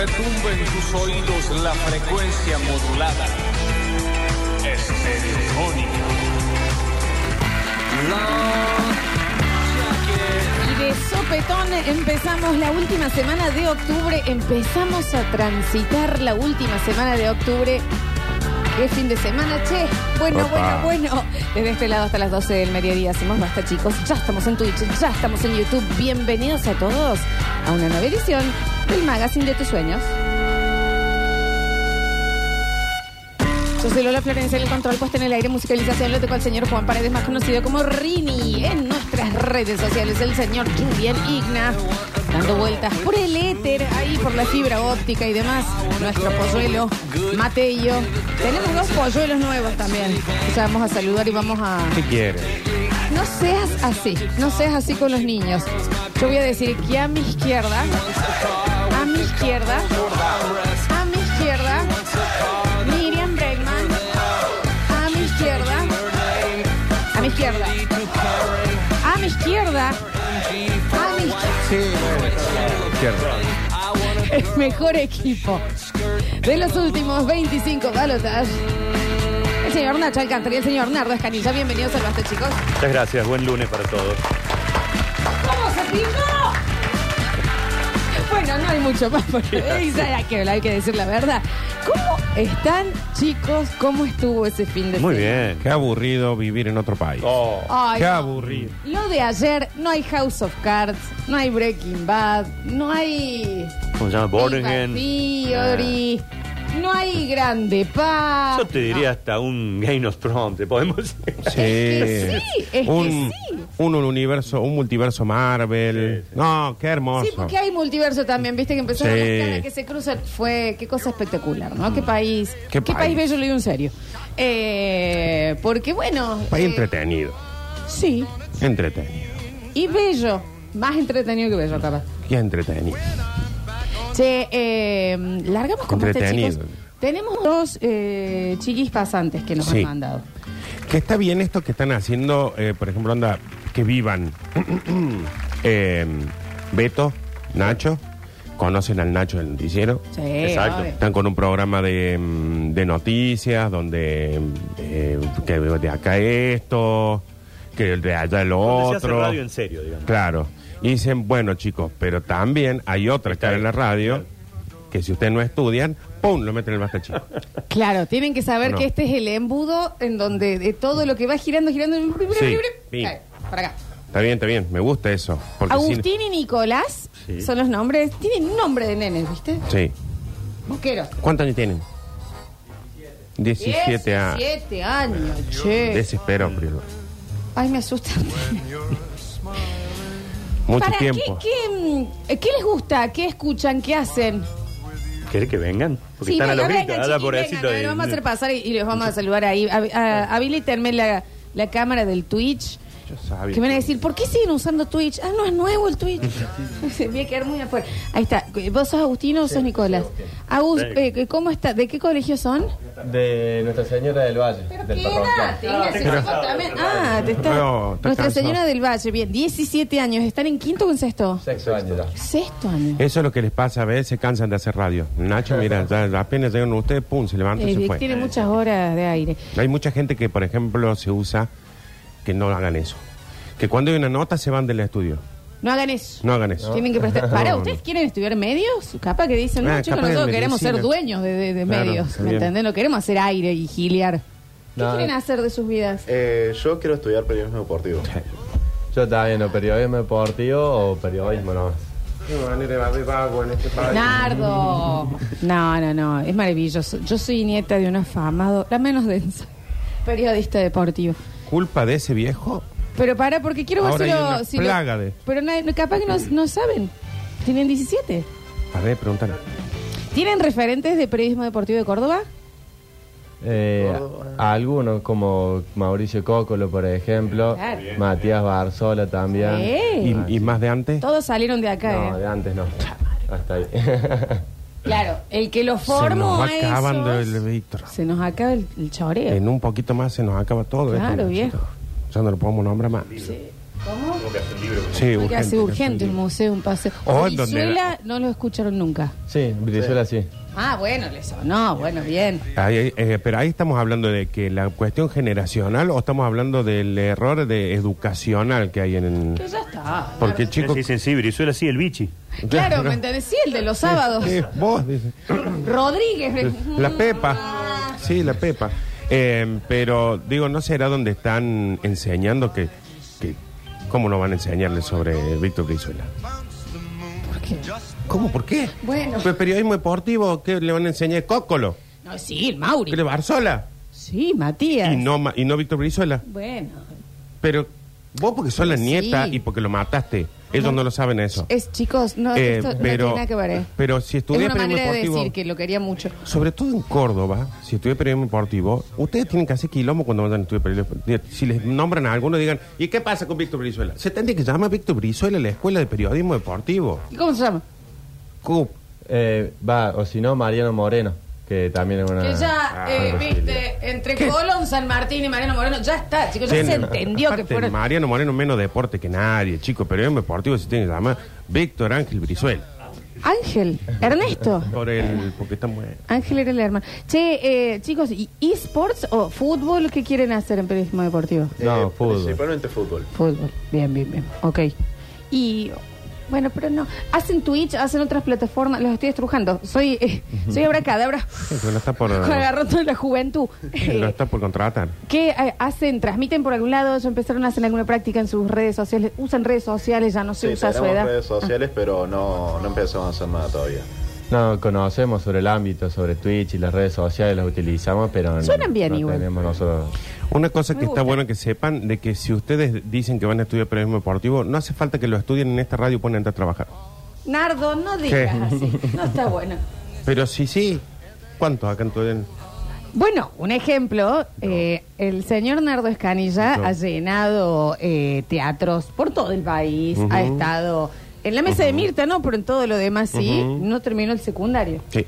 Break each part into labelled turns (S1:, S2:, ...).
S1: en tus oídos la frecuencia modulada. Estereofónica.
S2: Y de sopetón empezamos la última semana de octubre. Empezamos a transitar la última semana de octubre. Qué fin de semana, che. Bueno,
S3: Opa.
S2: bueno, bueno. Desde este lado hasta las 12 del mediodía hacemos basta, chicos. Ya estamos en Twitch, ya estamos en YouTube. Bienvenidos a todos a una nueva edición del Magazine de tus sueños. Yo soy Lola Florencia, en el control puesto en el aire, musicalización, lo tengo al señor Juan Paredes, más conocido como Rini. En nuestras redes sociales, el señor Julián Igna, dando vueltas por el éter, ahí por la fibra óptica y demás. Nuestro polluelo, Mateo. Tenemos dos polluelos nuevos también. Ya vamos a saludar y vamos a...
S3: ¿Qué quieres?
S2: No seas así, no seas así con los niños. Yo voy a decir que a mi izquierda, a mi izquierda, a mi izquierda, Miriam Bregman, a mi izquierda, a mi izquierda, a mi izquierda, a mi izquierda,
S3: Sí, Izquierda.
S2: el mejor equipo de los últimos 25 balotas. El señor Nacho Alcántara y el señor Nardo Escanilla, bienvenidos al Basta, chicos.
S4: Muchas gracias, buen lunes para todos.
S2: ¿Cómo se pintó? Bueno, no hay mucho más por esa hay que, hay que decir la verdad. ¿Cómo están, chicos? ¿Cómo estuvo ese fin de
S4: Muy
S2: semana?
S4: bien.
S3: Qué aburrido vivir en otro país.
S4: Oh,
S2: Ay,
S3: Qué
S2: no.
S3: aburrido.
S2: Lo de ayer, no hay House of Cards, no hay Breaking Bad, no hay
S4: ¿Cómo se llama?
S2: Big
S4: Borgen. Ah.
S2: Bang Theory, no hay Grande Paz.
S4: Yo te diría hasta un Game of Thrones, ¿te podemos decir?
S3: Sí.
S2: que sí, es que
S3: un,
S2: sí.
S3: Un, universo, un multiverso Marvel. No, qué hermoso.
S2: Sí, porque hay multiverso también, viste que empezaron
S3: Sí.
S2: las caras que se cruzan. Fue, qué cosa espectacular, ¿no? Qué país.
S3: Qué
S2: qué país
S3: país.
S2: bello, lo digo en serio. Eh, porque bueno.
S3: País
S2: eh,
S3: entretenido.
S2: Sí,
S3: Entretenido.
S2: y bello. Más entretenido que bello, capaz.
S3: Qué entretenido.
S2: Che, eh, largamos con este,
S3: Entretenido.
S2: chicos. Tenemos dos eh, chiquis pasantes que nos
S3: Sí.
S2: han mandado.
S3: Que está bien esto que están haciendo, eh, por ejemplo, anda, que vivan. Eh, Beto, Nacho. Conocen al Nacho del noticiero.
S2: Sí,
S4: Exacto.
S2: obvio.
S3: Están con un programa de, mm, de noticias donde eh, que de acá esto, que de allá lo
S4: Donde se hace
S3: otro.
S4: radio en serio, digamos.
S3: Claro. Y dicen, bueno chicos, pero también hay otra
S4: Está
S3: cara
S4: ahí.
S3: en la radio que si ustedes no estudian, ¡pum! lo meten en el basta chico.
S2: Claro, tienen que saber
S3: No.
S2: que este es el embudo en donde de todo lo que va girando, girando.
S3: Sí.
S2: Cae, para acá.
S3: está bien, está bien, me gusta eso. Porque si-
S2: Agustín y Nicolás
S4: Sí.
S2: son los nombres. Tienen nombre de nenes, ¿viste?
S3: sí.
S2: Busqueros.
S3: ¿Cuántos años tienen? 17 años.
S2: 17 años, che.
S3: Desespero, Prilo.
S2: Ay, me asustan.
S3: Mucho
S2: Pará, ¿qué,
S3: tiempo.
S2: qué, mm, qué les gusta? ¿Qué escuchan? ¿Qué hacen?
S4: ¿Querés que vengan? Porque están a
S2: venga,
S4: los gritos,
S2: vengan, chiquis,
S4: a la
S2: vengan,
S4: pobrecita
S2: a ver,
S4: de-
S2: vamos a hacer pasar y, y los vamos a saludar ahí. Hab- a- Habilítenme la, la cámara del Twitch.
S3: Yo sabía
S2: Que me van a decir, ¿por qué siguen usando Twitch? Ah, no es nuevo el Twitch. Se voy a quedar muy afuera. Ahí está. ¿Vos sos Agustino o sos Nicolás? Agus, eh, ¿cómo está? ¿De qué colegio son?
S5: De Nuestra Señora del Valle.
S2: Pero
S5: del
S2: quédate,
S5: Parroquial.
S2: Ignacio, vos también. Ah, te está.
S3: No, está
S2: Nuestra
S3: cansado.
S2: Señora del Valle, bien, 17 años. ¿Están en quinto o en sexto?
S5: Sexto año ya.
S2: Sexto año.
S3: Eso es lo que les pasa a veces, se cansan de hacer radio. Nacho, mira, ya- ya apenas llegan ustedes, pum, se levanta y
S2: Eh,
S3: se fue.
S2: tiene muchas horas de aire.
S3: Hay mucha gente que, por ejemplo, se usa que no hagan eso. Que cuando hay una nota se van del estudio.
S2: No hagan eso.
S3: No hagan eso.
S2: Tienen que prestar. Para,
S3: No.
S2: ¿ustedes quieren estudiar medios? Capaz que dicen, no,
S3: Ah,
S2: chicos,
S3: capaz de
S2: nosotros queremos ser
S3: medicina.
S2: dueños de, de- de
S3: Claro,
S2: medios.
S3: está
S2: ¿Me
S3: bien.
S2: entendés? No queremos hacer aire y giliar. ¿Qué
S5: No,
S2: quieren
S5: eh.
S2: hacer de sus vidas?
S6: Eh, yo quiero estudiar periodismo deportivo.
S5: Yo también, o periodismo deportivo o periodismo nomás.
S3: este
S2: Nardo. No, no, no. Es maravilloso. Yo soy nieta de un afamado, la menos densa, periodista deportivo.
S3: Culpa de ese viejo.
S2: Pero para, porque quiero ver
S3: Ahora
S2: si
S3: hay
S2: lo-
S3: una
S2: si lo-
S3: plaga de-
S2: Pero nadie- no, capaz que no, no saben. Tienen 17.
S3: A ver, pregúntale.
S2: ¿Tienen referentes de periodismo deportivo de Córdoba?
S5: Eh, a algunos como Mauricio Cócolo, por ejemplo.
S2: Claro. Bien.
S5: Matías Barzola también.
S2: Sí.
S3: ¿Y, y más de antes?
S2: Todos salieron de acá,
S5: No,
S2: ¿eh?
S5: de antes no. Hasta ahí.
S2: Claro, el que lo
S3: Se nos
S2: formó
S3: va
S2: a esos-
S3: acabando el Víctor.
S2: Se nos acaba el, el choreo.
S3: En un poquito más se nos acaba todo.
S2: Claro,
S3: esto,
S2: viejo.
S3: Ya no lo podemos nombrar más.
S2: ¿Cómo?
S4: tengo que hacer libro.
S3: Sí,
S2: Porque hace urgente un museo, un paseo.
S3: O en donde-
S2: Venezuela no lo escucharon nunca.
S5: Sí, Brizuela sí.
S2: Ah, bueno, le sonó, bueno, bien.
S3: Ahí, eh, pero ahí estamos hablando de que la cuestión generacional o estamos hablando del error de educacional que hay en...
S2: Pero ya está.
S3: Porque
S4: Chicos.
S3: chicos...
S4: Dicen sí, Brizuela sí, el bichi.
S2: Claro, ¿me entendés? Sí, el de los sábados.
S3: Sí, vos, dice.
S2: Rodríguez. eh.
S3: La Pepa. Sí, la Pepa. Eh, pero digo, ¿no será donde están enseñando que, que- ¿Cómo no van a enseñarle sobre Víctor Brizuela?
S2: ¿Por qué?
S3: ¿Cómo? ¿Por qué?
S2: Bueno.
S3: Pero periodismo deportivo, ¿qué le van a enseñar? Cócolo,
S2: No, sí, el Mauri.
S3: ¿qué le Barzola.
S2: Sí, Matías.
S3: Y no, ma- y no Víctor Brizuela.
S2: Bueno,
S3: Pero vos porque sos la
S2: Sí.
S3: nieta y porque lo mataste. Ellos no lo saben eso.
S2: es chicos, no,
S3: Eh,
S2: esto no
S3: pero-
S2: tiene nada que ver. eh.
S3: pero si estudié
S2: Es una
S3: periodismo
S2: manera de
S3: deportivo-
S2: decir que lo quería mucho.
S3: Sobre todo en Córdoba, si estudia periodismo deportivo, ustedes tienen que hacer quilombo cuando vayan a estudiar periodismo deportivo. Si les nombran a alguno, digan, ¿y qué pasa con Víctor Brizuela? Se tendría que llamar Víctor Brizuela a la Escuela de Periodismo Deportivo.
S2: ¿Y cómo se llama?
S3: Cup.
S5: Eh, va, o si no, Mariano Moreno, que también es una...
S2: Que
S3: Ah,
S2: ya, eh, viste, entre Colón, San Martín y Mariano Moreno, ya está, chicos, ya se
S3: Tienen-
S2: entendió que
S3: aparte,
S2: fueron.
S3: Mariano Moreno menos deporte que nadie, chico. Periodismo deportivo se tiene que llamar Víctor Ángel Brizuela.
S2: Ángel, Ernesto.
S3: Por el, porque está muy...
S2: Ángel era el hermano. Che, eh, chicos, ¿y ¿esports o fútbol qué quieren hacer en periodismo deportivo?
S5: No, fútbol.
S6: Principalmente fútbol.
S2: Fútbol. Bien, bien, bien. Ok. Y bueno, pero no. Hacen Twitch, hacen otras plataformas. Los estoy estrujando. Soy, eh, soy abracadabra.
S3: pero no está por-
S2: Agarró toda la juventud.
S3: Lo está por contratar.
S2: ¿Qué eh, hacen? ¿Transmiten por algún lado? ¿Ya empezaron a hacer alguna práctica en sus redes sociales? ¿Usan redes sociales? Ya no se
S6: Sí,
S2: usa a su
S6: tenemos
S2: edad.
S6: redes sociales, pero no, no empezamos a hacer nada todavía.
S5: No, conocemos sobre el ámbito, sobre Twitch y las redes sociales, las utilizamos, pero no-
S2: Suenan bien
S5: no
S2: igual.
S5: tenemos nosotros...
S3: Una cosa
S2: Me
S3: que está
S2: gusta.
S3: bueno que sepan de que si ustedes dicen que van a estudiar periodismo deportivo, no hace falta que lo estudien en esta radio y ponen a trabajar.
S2: Nardo, no digas
S3: ¿Qué?
S2: así. No está bueno.
S3: Pero sí, sí. ¿Cuántos acá en
S2: Bueno, un ejemplo, eh, el señor Nardo Escanilla
S3: No.
S2: ha llenado eh, teatros por todo el país, ha estado en la mesa de Mirta, no, pero en todo lo demás sí, no terminó el secundario.
S3: Sí,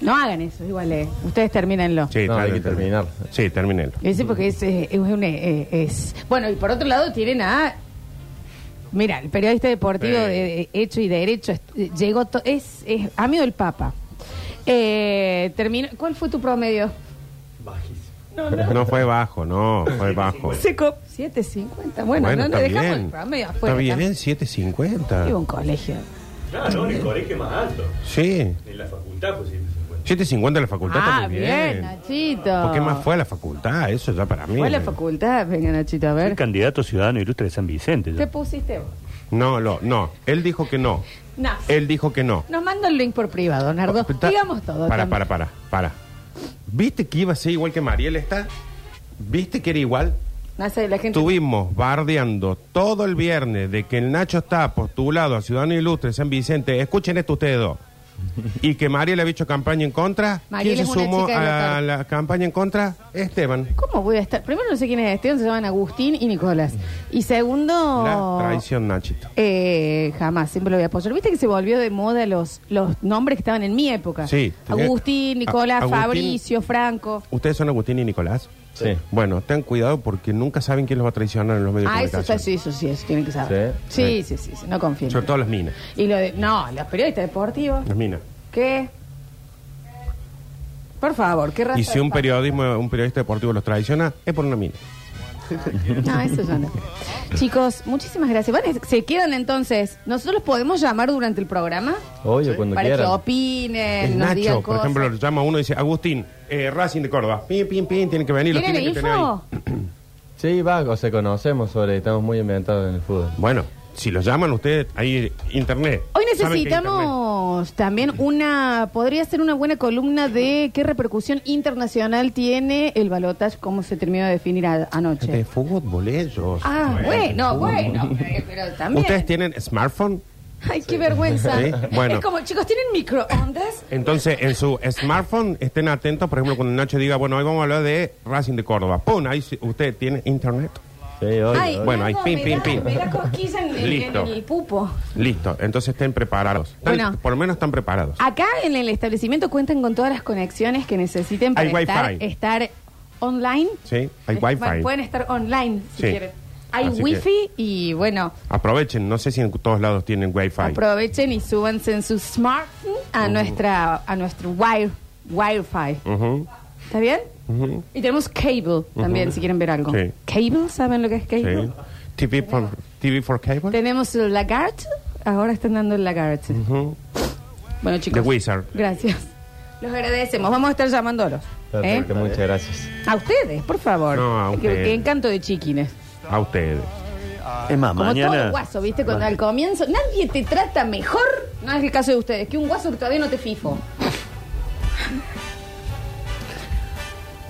S2: No hagan eso, igual, eh, ustedes termínenlo.
S3: sí,
S5: No, hay que terminar.
S3: Sí, terminelo.
S2: Eh, sí, porque es, eh, es un, eh, eh, es- Bueno, y por otro lado tienen a... Mira, el periodista deportivo
S3: Sí.
S2: de, de Hecho y Derecho est- eh, llegó... to- Es, es amigo del Papa. Eh, terminó, ¿Cuál fue tu promedio?
S3: No fue bajo, no, fue bajo.
S2: Seco. 7.50. Bueno,
S3: Bueno,
S2: no
S3: está
S2: le dejamos el
S3: bien.
S2: promedio
S3: Está
S2: afuera.
S3: bien,
S2: Vivo en un
S3: 750.
S2: colegio.
S4: Claro, en el colegio más alto.
S3: Sí,
S4: En la facultad, pues 150.
S3: 750 en la facultad
S2: Ah,
S3: está muy
S2: bien,
S3: bien.
S2: Nachito.
S3: ¿Por qué más fue a la facultad? Eso ya para mí.
S2: Fue a la facultad. Venga, Nachito, a
S4: El
S2: ver.
S4: candidato ciudadano ilustre de San Vicente. yo.
S2: ¿Qué pusiste vos?
S3: No, no, no. Él dijo que no.
S2: No.
S3: Él dijo que no.
S2: Nos manda el link por privado, Nardo.
S3: Eh. Oh, Está-
S2: Digamos todo.
S3: Para,
S2: también.
S3: para, para, para. ¿Viste que iba a ser igual que Mariel está? ¿Viste que era igual?
S2: No sé, la gente...
S3: Estuvimos bardeando todo el viernes de que el Nacho está postulado a Ciudadano Ilustre San Vicente. Escuchen esto ustedes dos. Y que Mariel ha hecho campaña en contra.
S2: Mariel
S3: ¿Quién
S2: es
S3: se
S2: una
S3: sumó
S2: chica de
S3: a
S2: local.
S3: la campaña en contra? Esteban.
S2: ¿Cómo voy a estar? Primero no sé quién es Esteban, se llaman Agustín y Nicolás. Y segundo...
S3: La traición, Nachito.
S2: Eh, jamás, siempre lo voy a apoyar. ¿Viste que se volvió de moda los, los nombres que estaban en mi época?
S3: Sí.
S2: Agustín, Nicolás,
S3: A- Agustín-
S2: Fabricio, Franco.
S3: ¿Ustedes son Agustín y Nicolás?
S5: Sí.
S3: Bueno, ten cuidado porque nunca saben quién los va a traicionar en los medios
S2: Ah,
S3: de
S2: eso
S3: comunicación.
S2: está, sí, eso sí, eso tienen que saber. Sí, sí,
S3: Sí.
S2: sí, sí, no confío.
S3: Sobre todo las minas.
S2: Y lo de, no, los periodistas deportivos,
S3: Las minas.
S2: ¿qué? Por favor, ¿qué raza
S3: Y si un
S2: de pa-
S3: periodismo, un periodista deportivo los traiciona, es por una mina.
S2: No, eso ya no. Chicos, muchísimas gracias. Bueno, se quedan entonces. ¿Nosotros los podemos llamar durante el programa?
S5: Obvio, cuando
S2: Para que
S5: quieran.
S2: opinen,
S3: El
S2: nos digan
S3: Nacho, por
S2: cosas.
S3: ejemplo, lo llama uno y dice, Agustín, eh, Racing de Córdoba. Pim, pim, pim, tienen que venir, los
S2: ¿Tienen
S3: tienen que tener ahí.
S2: info?
S5: Sí, va, o sea, conocemos sobre, estamos muy inventados en el fútbol.
S3: Bueno, si los llaman ustedes, ahí internet.
S2: Hoy
S3: Saben que internet.
S2: necesitamos también una, podría ser una buena columna de qué repercusión internacional tiene el balotaje, cómo se terminó de definir a-
S3: De
S2: anoche.
S3: fútbol ellos.
S2: Ah, bueno, bueno, eh, pero también.
S3: ¿Ustedes tienen smartphone?
S2: Ay, qué vergüenza.
S3: Sí, bueno.
S2: Es como, chicos, ¿tienen microondas?
S3: Entonces, en su smartphone estén atentos, por ejemplo, cuando Nacho diga, bueno, hoy vamos a hablar de Racing de Córdoba. Pum, ahí sí- usted tiene internet.
S5: Sí, obvio.
S2: Ay,
S5: obvio.
S3: Bueno, ahí,
S2: Nardo,
S3: pin,
S2: me
S3: pin,
S2: da-
S3: pin.
S2: Me da cosquilla en, el- en
S3: Listo.
S2: el pupo.
S3: Listo, entonces estén preparados. Están-
S2: Bueno.
S3: Por lo menos están preparados.
S2: Acá en el establecimiento cuentan con todas las conexiones que necesiten para
S3: Hay wifi.
S2: estar, estar online.
S3: Sí, hay
S2: Eh,
S3: wifi.
S2: bueno, Pueden estar online si
S3: Sí.
S2: quieren. Hay
S3: Así que-
S2: wifi y bueno,
S3: Aprovechen, no sé si en todos lados tienen wifi. Uh.
S2: aprovechen y súbanse en su smartphone a nuestra a nuestro wire, Wi-Fi.
S3: Ujú,
S2: ¿Está bien?
S3: ujú,
S2: Y tenemos cable también, si quieren ver algo.
S3: Sí.
S2: ¿Cable? ¿Saben lo que es cable?
S3: sí. TV, for, TV for cable.
S2: Tenemos el lagarto. Ahora están dando el lagarto.
S3: Ujú.
S2: Bueno, chicos.
S3: The Wizard.
S2: Gracias. Los agradecemos. Vamos a estar llamándolos. ¿eh?
S5: Perfecto, muchas gracias.
S2: A ustedes, por favor.
S3: No, a
S2: Que-
S3: ustedes.
S2: que encanto de chiquines.
S3: A ustedes.
S4: Es más,
S2: Como
S4: mañana.
S2: todo guaso, ¿viste? Cuando
S4: Ma-
S2: al comienzo nadie te trata mejor, no es el caso de ustedes, que un guaso que todavía no te fifo.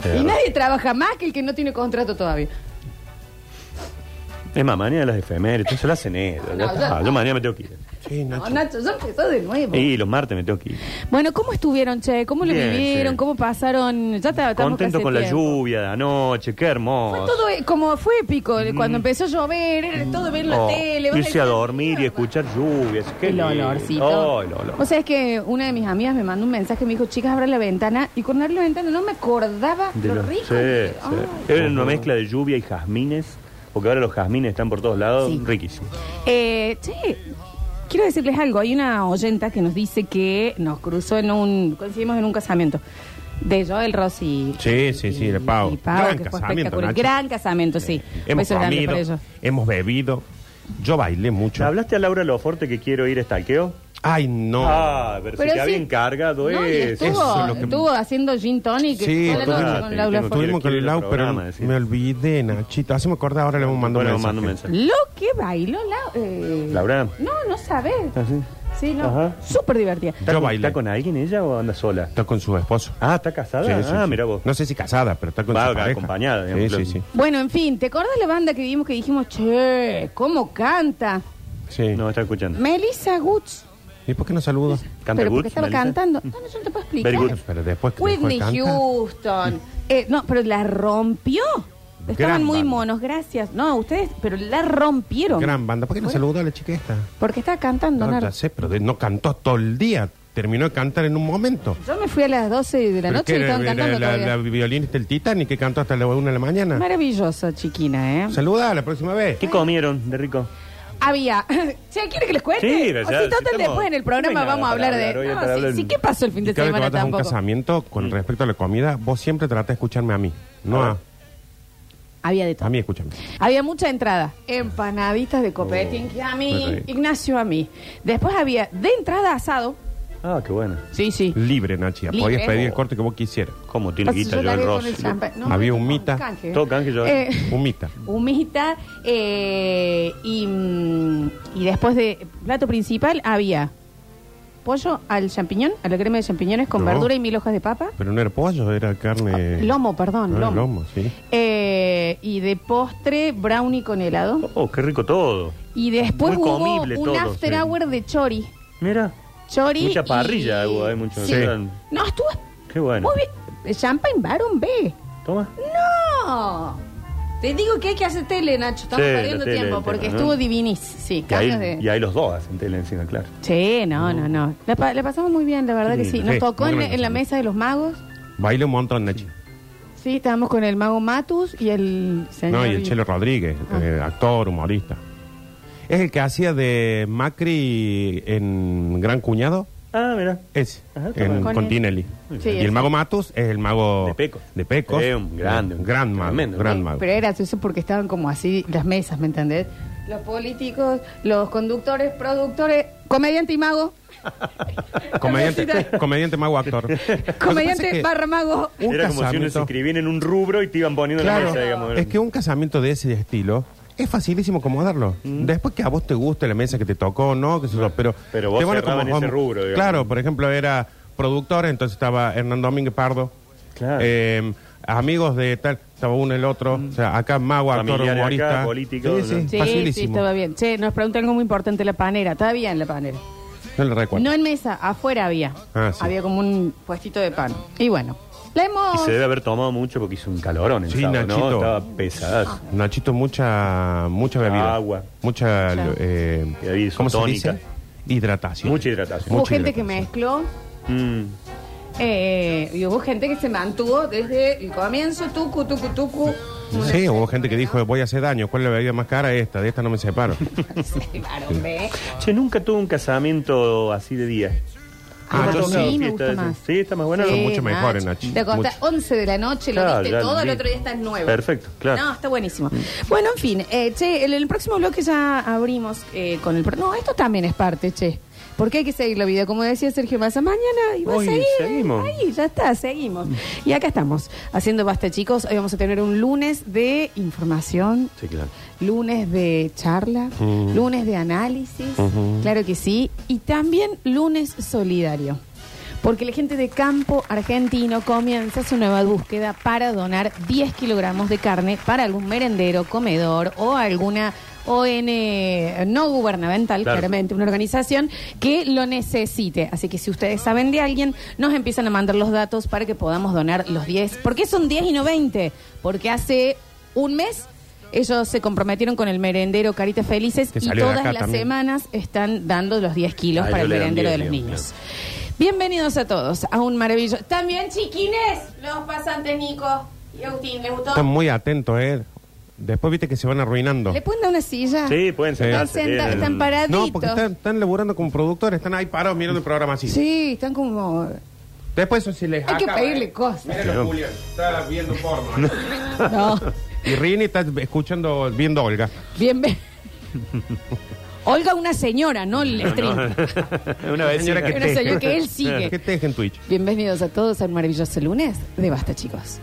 S4: Es
S2: Y
S4: verdad.
S2: nadie trabaja más que el que no tiene contrato todavía.
S4: Es más, mañana las efemérides, entonces las hacen ellos. ya
S2: No,
S4: está. Ah,
S2: yo-
S4: Yo mañana me tengo que ir.
S3: Sí,
S2: No,
S3: Nacho.
S2: Nacho, yo empezó de nuevo.
S4: Y los martes me tengo que ir.
S2: Bueno, ¿cómo estuvieron, che? ¿Cómo lo
S4: Bien,
S2: vivieron?
S4: sí.
S2: ¿Cómo pasaron? Ya está, estamos
S4: Contento
S2: casi
S4: con la
S2: tiempo.
S4: lluvia de anoche, qué
S2: Fue
S4: hermoso.
S2: todo, eh, como fue épico, eh, cuando empezó a llover, era todo ver la
S4: Mm. Oh,
S2: tele. vas
S4: irse a
S2: decir,
S4: dormir y
S2: "Mierda".
S4: escuchar lluvias. Qué
S2: el
S4: lindo.
S2: olorcito.
S4: Oh, el olor.
S2: O sea, es que una de mis amigas me mandó un mensaje, me dijo, chicas, abra la ventana. Y con abrir la ventana no me acordaba
S4: De
S2: lo
S4: los-
S2: rico.
S4: sí,
S2: que-
S4: sí.
S2: Ay.
S4: Era una mezcla de lluvia y jazmines, porque ahora los jazmines están por todos lados,
S2: Sí.
S4: riquísimos.
S2: Eh, che, quiero decirles algo. Hay una oyenta que nos dice que nos cruzó en un. coincidimos en un casamiento. De Joel Rossi.
S3: Sí, sí, sí, de Pau.
S2: Y Pau,
S3: Gran
S2: que fue
S3: casamiento,
S2: espectacular.
S3: Nacho. Eh,
S2: Gran casamiento, sí. Un
S3: Hemos
S2: beso Pues grande
S3: comido,
S2: para ellos.
S3: hemos bebido. Yo bailé
S4: ¿Le
S3: mucho.
S4: hablaste a Laura Loforte que quiero ir a estalqueo?
S3: Ay, no.
S4: Ah, pero,
S2: Pero
S4: se te había
S2: sí.
S4: encargado
S2: No, y
S4: eso.
S2: estuvo,
S3: Eso es lo que-
S2: estuvo haciendo gin tonic
S3: Sí,
S2: toda la
S3: estuvo-
S2: noche con
S4: Ah,
S2: Laura
S4: tengo
S2: Ford.
S3: Estuvimos con
S4: Quiero-
S3: el Lau,
S4: quiero
S3: pero
S4: programa, decía.
S3: me olvidé, Nachito. Así me acordé, ahora le vamos a mandar
S4: Bueno,
S3: un
S4: mando un
S3: mensaje.
S4: mensaje.
S2: Lo que bailó Laura.
S4: Laura.
S2: No, no sabés.
S4: ¿Ah, sí?
S2: Sí, no.
S4: Ajá.
S2: Súper divertida.
S4: ¿Está,
S3: Yo
S4: con,
S3: bailé.
S4: ¿Está con alguien ella o anda sola?
S3: Está con su esposo.
S4: Ah, ¿está casada?
S3: Sí, sí,
S4: ah,
S3: sí.
S4: mira vos.
S3: No sé si casada, pero está con
S4: Va,
S3: su pareja.
S4: acompañada,
S3: Sí,
S4: digamos.
S3: sí, sí.
S2: Bueno, en fin, ¿te acordás la banda que vimos que dijimos, che, cómo canta?
S3: Sí.
S4: No, está escuchando.
S2: Melissa Goods.
S3: ¿Y por qué no saludo?
S4: ¿Canta
S2: pero
S4: Goods,
S2: porque estaba
S4: Melissa?
S2: cantando. No, no, yo no te puedo
S4: Very
S2: explicar.
S4: good.
S3: Pero después que
S2: Whitney
S3: Mm. después canta.
S2: Houston. Eh, no, pero la rompió. Estaban
S3: Gran
S2: muy
S3: banda.
S2: monos, gracias. No, ustedes, pero la rompieron.
S3: Gran banda. ¿Por qué no saludó a la chica esta?
S2: Porque estaba cantando,
S3: No,
S2: Nardo.
S3: ya sé, pero de- no cantó todo el día. Terminó de cantar en un momento.
S2: Yo me fui a las 12 de la
S3: ¿Pero
S2: noche
S3: qué
S2: y
S3: era?
S2: estaban
S3: Era
S2: cantando
S3: la,
S2: todavía.
S3: la violinista del Titanic que cantó hasta la una de la mañana.
S2: Maravillosa, chiquina, ¿eh?
S3: Saluda la próxima vez.
S4: ¿Qué comieron de rico?
S2: Había. ¿Se quiere que les cuente?
S4: Sí,
S2: o si
S4: ya, si
S2: total
S4: estamos-
S2: después en el programa
S4: no hay nada
S2: vamos a
S4: para
S2: hablar de.
S4: hablar hoy,
S2: no,
S4: para
S2: sí,
S4: hablar-
S2: sí, ¿qué pasó el fin de
S3: Y cada vez que
S2: semana
S3: vas a un
S2: tampoco? Mm.
S3: casamiento, con respecto a la comida, vos siempre tratás de escucharme a mí. No a,
S2: Había de
S3: a
S2: todo.
S3: mí, escúchame.
S2: Había mucha entrada. Empanaditas de
S4: Oh,
S2: copetín que a mí, Ignacio a mí. Después había de entrada asado.
S4: Ah, qué bueno.
S2: Sí, sí.
S3: Libre, Nachia.
S2: Libre. Oh.
S3: Podías pedir el corte que vos quisieras.
S4: ¿Cómo tiene guita yo el Ross?
S3: Había humita.
S4: Todo canje, ¿eh? Joel.
S3: Humita.
S2: ¿eh? Humita eh, y, mm, y después de plato principal había pollo al champiñón, a la crema de champiñones con
S3: No.
S2: verdura y mil hojas de papa.
S3: Pero no era pollo, era carne.
S2: Lomo, perdón,
S3: Ah,
S2: lomo.
S3: lomo, sí.
S2: Eh, y de postre, brownie con helado.
S4: Oh, qué rico todo.
S2: Y después
S4: Muy
S2: hubo
S4: comible
S2: un
S4: todo,
S2: after
S4: sí.
S2: hour de chori.
S4: Mira,
S2: Chori
S4: Mucha
S2: y-
S4: parrilla hubo, hay mucho-
S2: Sí.
S4: Sí.
S2: No, estuvo
S4: qué bueno.
S2: muy bien. El Champagne Baron B.
S4: Toma.
S2: ¡No! Te digo que hay que hacer tele, Nacho. Estamos
S4: Sí, la
S2: perdiendo
S4: tele,
S2: tiempo
S4: el
S2: porque
S4: tema,
S2: estuvo
S4: ¿no?
S2: divinis. Sí,
S4: Y ahí,
S2: cambios de...
S4: y Mm. ahí los dos hacen tele encima, claro.
S2: Sí, no, no, no. La, pa- la pasamos muy bien, la verdad que sí. Nos
S3: Sí,
S2: tocó
S3: muy
S2: en,
S3: bien.
S2: en la mesa de los magos.
S3: Baila un montón, Nachi.
S2: Sí, estábamos con el mago Matus y el señor.
S3: No, y el Chelo Rodríguez,
S2: Ah.
S3: eh, actor, humorista. Es el que hacía de Macri en Gran Cuñado.
S4: Ah, mira.
S3: Es,
S4: Ajá, está
S3: en,
S4: bien.
S2: Con
S3: con,
S2: él.
S3: Tinelli.
S2: Sí,
S3: y
S2: ese.
S3: el mago Matus es el mago
S4: De Pecos.
S3: De Pecos.
S4: Es un grande, un
S3: gran mago.
S4: tremendo.
S3: gran
S2: Eh,
S3: mago.
S2: Pero era eso porque estaban como así las mesas, ¿me entendés? Los políticos, los conductores, productores, comediante y mago.
S3: Comediante, comediante mago actor. Lo que pasa
S2: comediante
S3: es que
S2: barra mago.
S3: un
S4: Era como si uno se
S3: casamiento-
S4: inscribían en un rubro y te iban poniendo en la mesa,
S3: Claro,
S4: digamos.
S3: es que un casamiento de ese estilo es facilísimo acomodarlo.
S4: Mm.
S3: Después que a vos te guste la mesa que te tocó, ¿no? Que pero,
S4: Pero vos
S3: te van a
S4: cerraban
S3: acomodar-
S4: ese rubro, digamos.
S3: Claro, por ejemplo, era productor, entonces estaba Hernán Domínguez Pardo.
S4: Claro. Mm.
S3: Eh, amigos de tal, estaba uno el otro. O sea, acá mago, actor,
S4: Familiares acá,
S3: humorista.
S4: políticos,
S3: sí, sí,
S2: Sí, sí,
S3: facilísimo.
S2: estaba bien. Che, nos preguntan algo muy importante, la panera. Estaba bien la panera.
S3: No le recuerdo.
S2: No en mesa, afuera había.
S3: Ah, sí.
S2: Había como un puestito de pan. Y bueno, la
S4: Y
S2: hemos...
S4: se debe haber tomado mucho porque hizo un calorón el
S3: Sí,
S4: sábado, ¿no?
S3: Nachito.
S4: Estaba pesadazo.
S3: Nachito, mucha mucha bebida.
S4: Agua.
S3: Mucha.
S2: Mucha.
S3: eh,
S4: Bebida
S3: ¿Cómo se
S4: isotónica.
S3: dice? Hidratación.
S4: Mucha hidratación.
S2: Hubo
S3: Mucha
S2: gente que
S3: hidratación.
S2: mezcló
S4: Mm.
S2: eh, y hubo gente que se mantuvo desde el comienzo, tucu, tucu, tucu, una
S3: Sí, hubo
S2: serie,
S3: gente que
S2: ¿no?
S3: dijo, voy a hacer daño, ¿cuál es la bebida más cara? Esta, de esta no me separo.
S2: Sí, varón, ve.
S4: Che, nunca tuve un casamiento así de día.
S3: Ah,
S2: Ah,
S3: yo
S2: sí,
S4: sí,
S2: me
S4: está
S2: gusta
S4: ese.
S2: más.
S4: Sí, está más bueno.
S3: Son mucho
S2: Nachi.
S3: mejores, Nachi.
S2: Te acostás 11 de la noche, lo
S4: Claro,
S2: diste
S4: ya
S2: todo, el
S4: vi.
S2: otro día estás nuevo.
S4: Perfecto, claro.
S2: No, está buenísimo. Bueno, en fin, eh, che, en el próximo bloque ya abrimos eh, con el... pro- No, esto también es parte, che. Porque hay que seguir la vida, como decía Sergio Massa, mañana y va a
S4: Hoy
S2: seguir.
S4: seguimos.
S2: Ahí, ya está, seguimos. Y acá estamos, haciendo basta, chicos. Hoy vamos a tener un lunes de información,
S4: Sí, claro.
S2: lunes de charla, lunes de análisis, claro que sí, y también lunes solidario. Porque la gente de campo argentino comienza su nueva búsqueda para donar 10 kilogramos de carne para algún merendero, comedor o alguna ON no gubernamental,
S4: Claro.
S2: claramente, una organización que lo necesite. Así que si ustedes saben de alguien, nos empiezan a mandar los datos para que podamos donar los 10. ¿Por qué son 10 y no 20? Porque hace un mes ellos se comprometieron con el merendero Caritas Felices
S3: Que
S2: y
S3: salió de
S2: todas
S3: acá
S2: las
S3: también.
S2: semanas están dando los 10 kilos
S4: Ah,
S2: para
S4: ellos
S2: el
S4: le dan
S2: merendero
S4: 10,
S2: de los
S4: digamos,
S2: niños. Bienvenidos a todos a un maravilloso. También, chiquines, los pasantes Nico y Agustín, ¿les gustó?
S3: Están muy atentos, ¿eh? Después viste que se van arruinando.
S2: ¿Le pueden dar una silla?
S4: Sí, pueden
S3: Sí.
S2: Están,
S4: sentarse.
S2: senta-
S4: bien.
S2: están paraditos.
S3: No, porque están, están laburando como productores, están ahí parados mirando el programa así.
S2: Sí, están como.
S3: Después eso sí les
S2: Hay que
S3: acaba,
S2: pedirle
S3: ¿eh?
S2: cosas.
S3: Míralo,
S4: Claro.
S3: Julián, está viendo porno. eh.
S2: No.
S3: Y Rini está escuchando, viendo a Olga.
S2: Bienvenido. Olga, una señora, no el stream.
S4: Una vez
S3: Señora, que
S2: Una señora que él sigue.
S3: ¿Qué te deja en Twitch?
S2: Bienvenidos a todos al maravilloso lunes de Basta, chicos.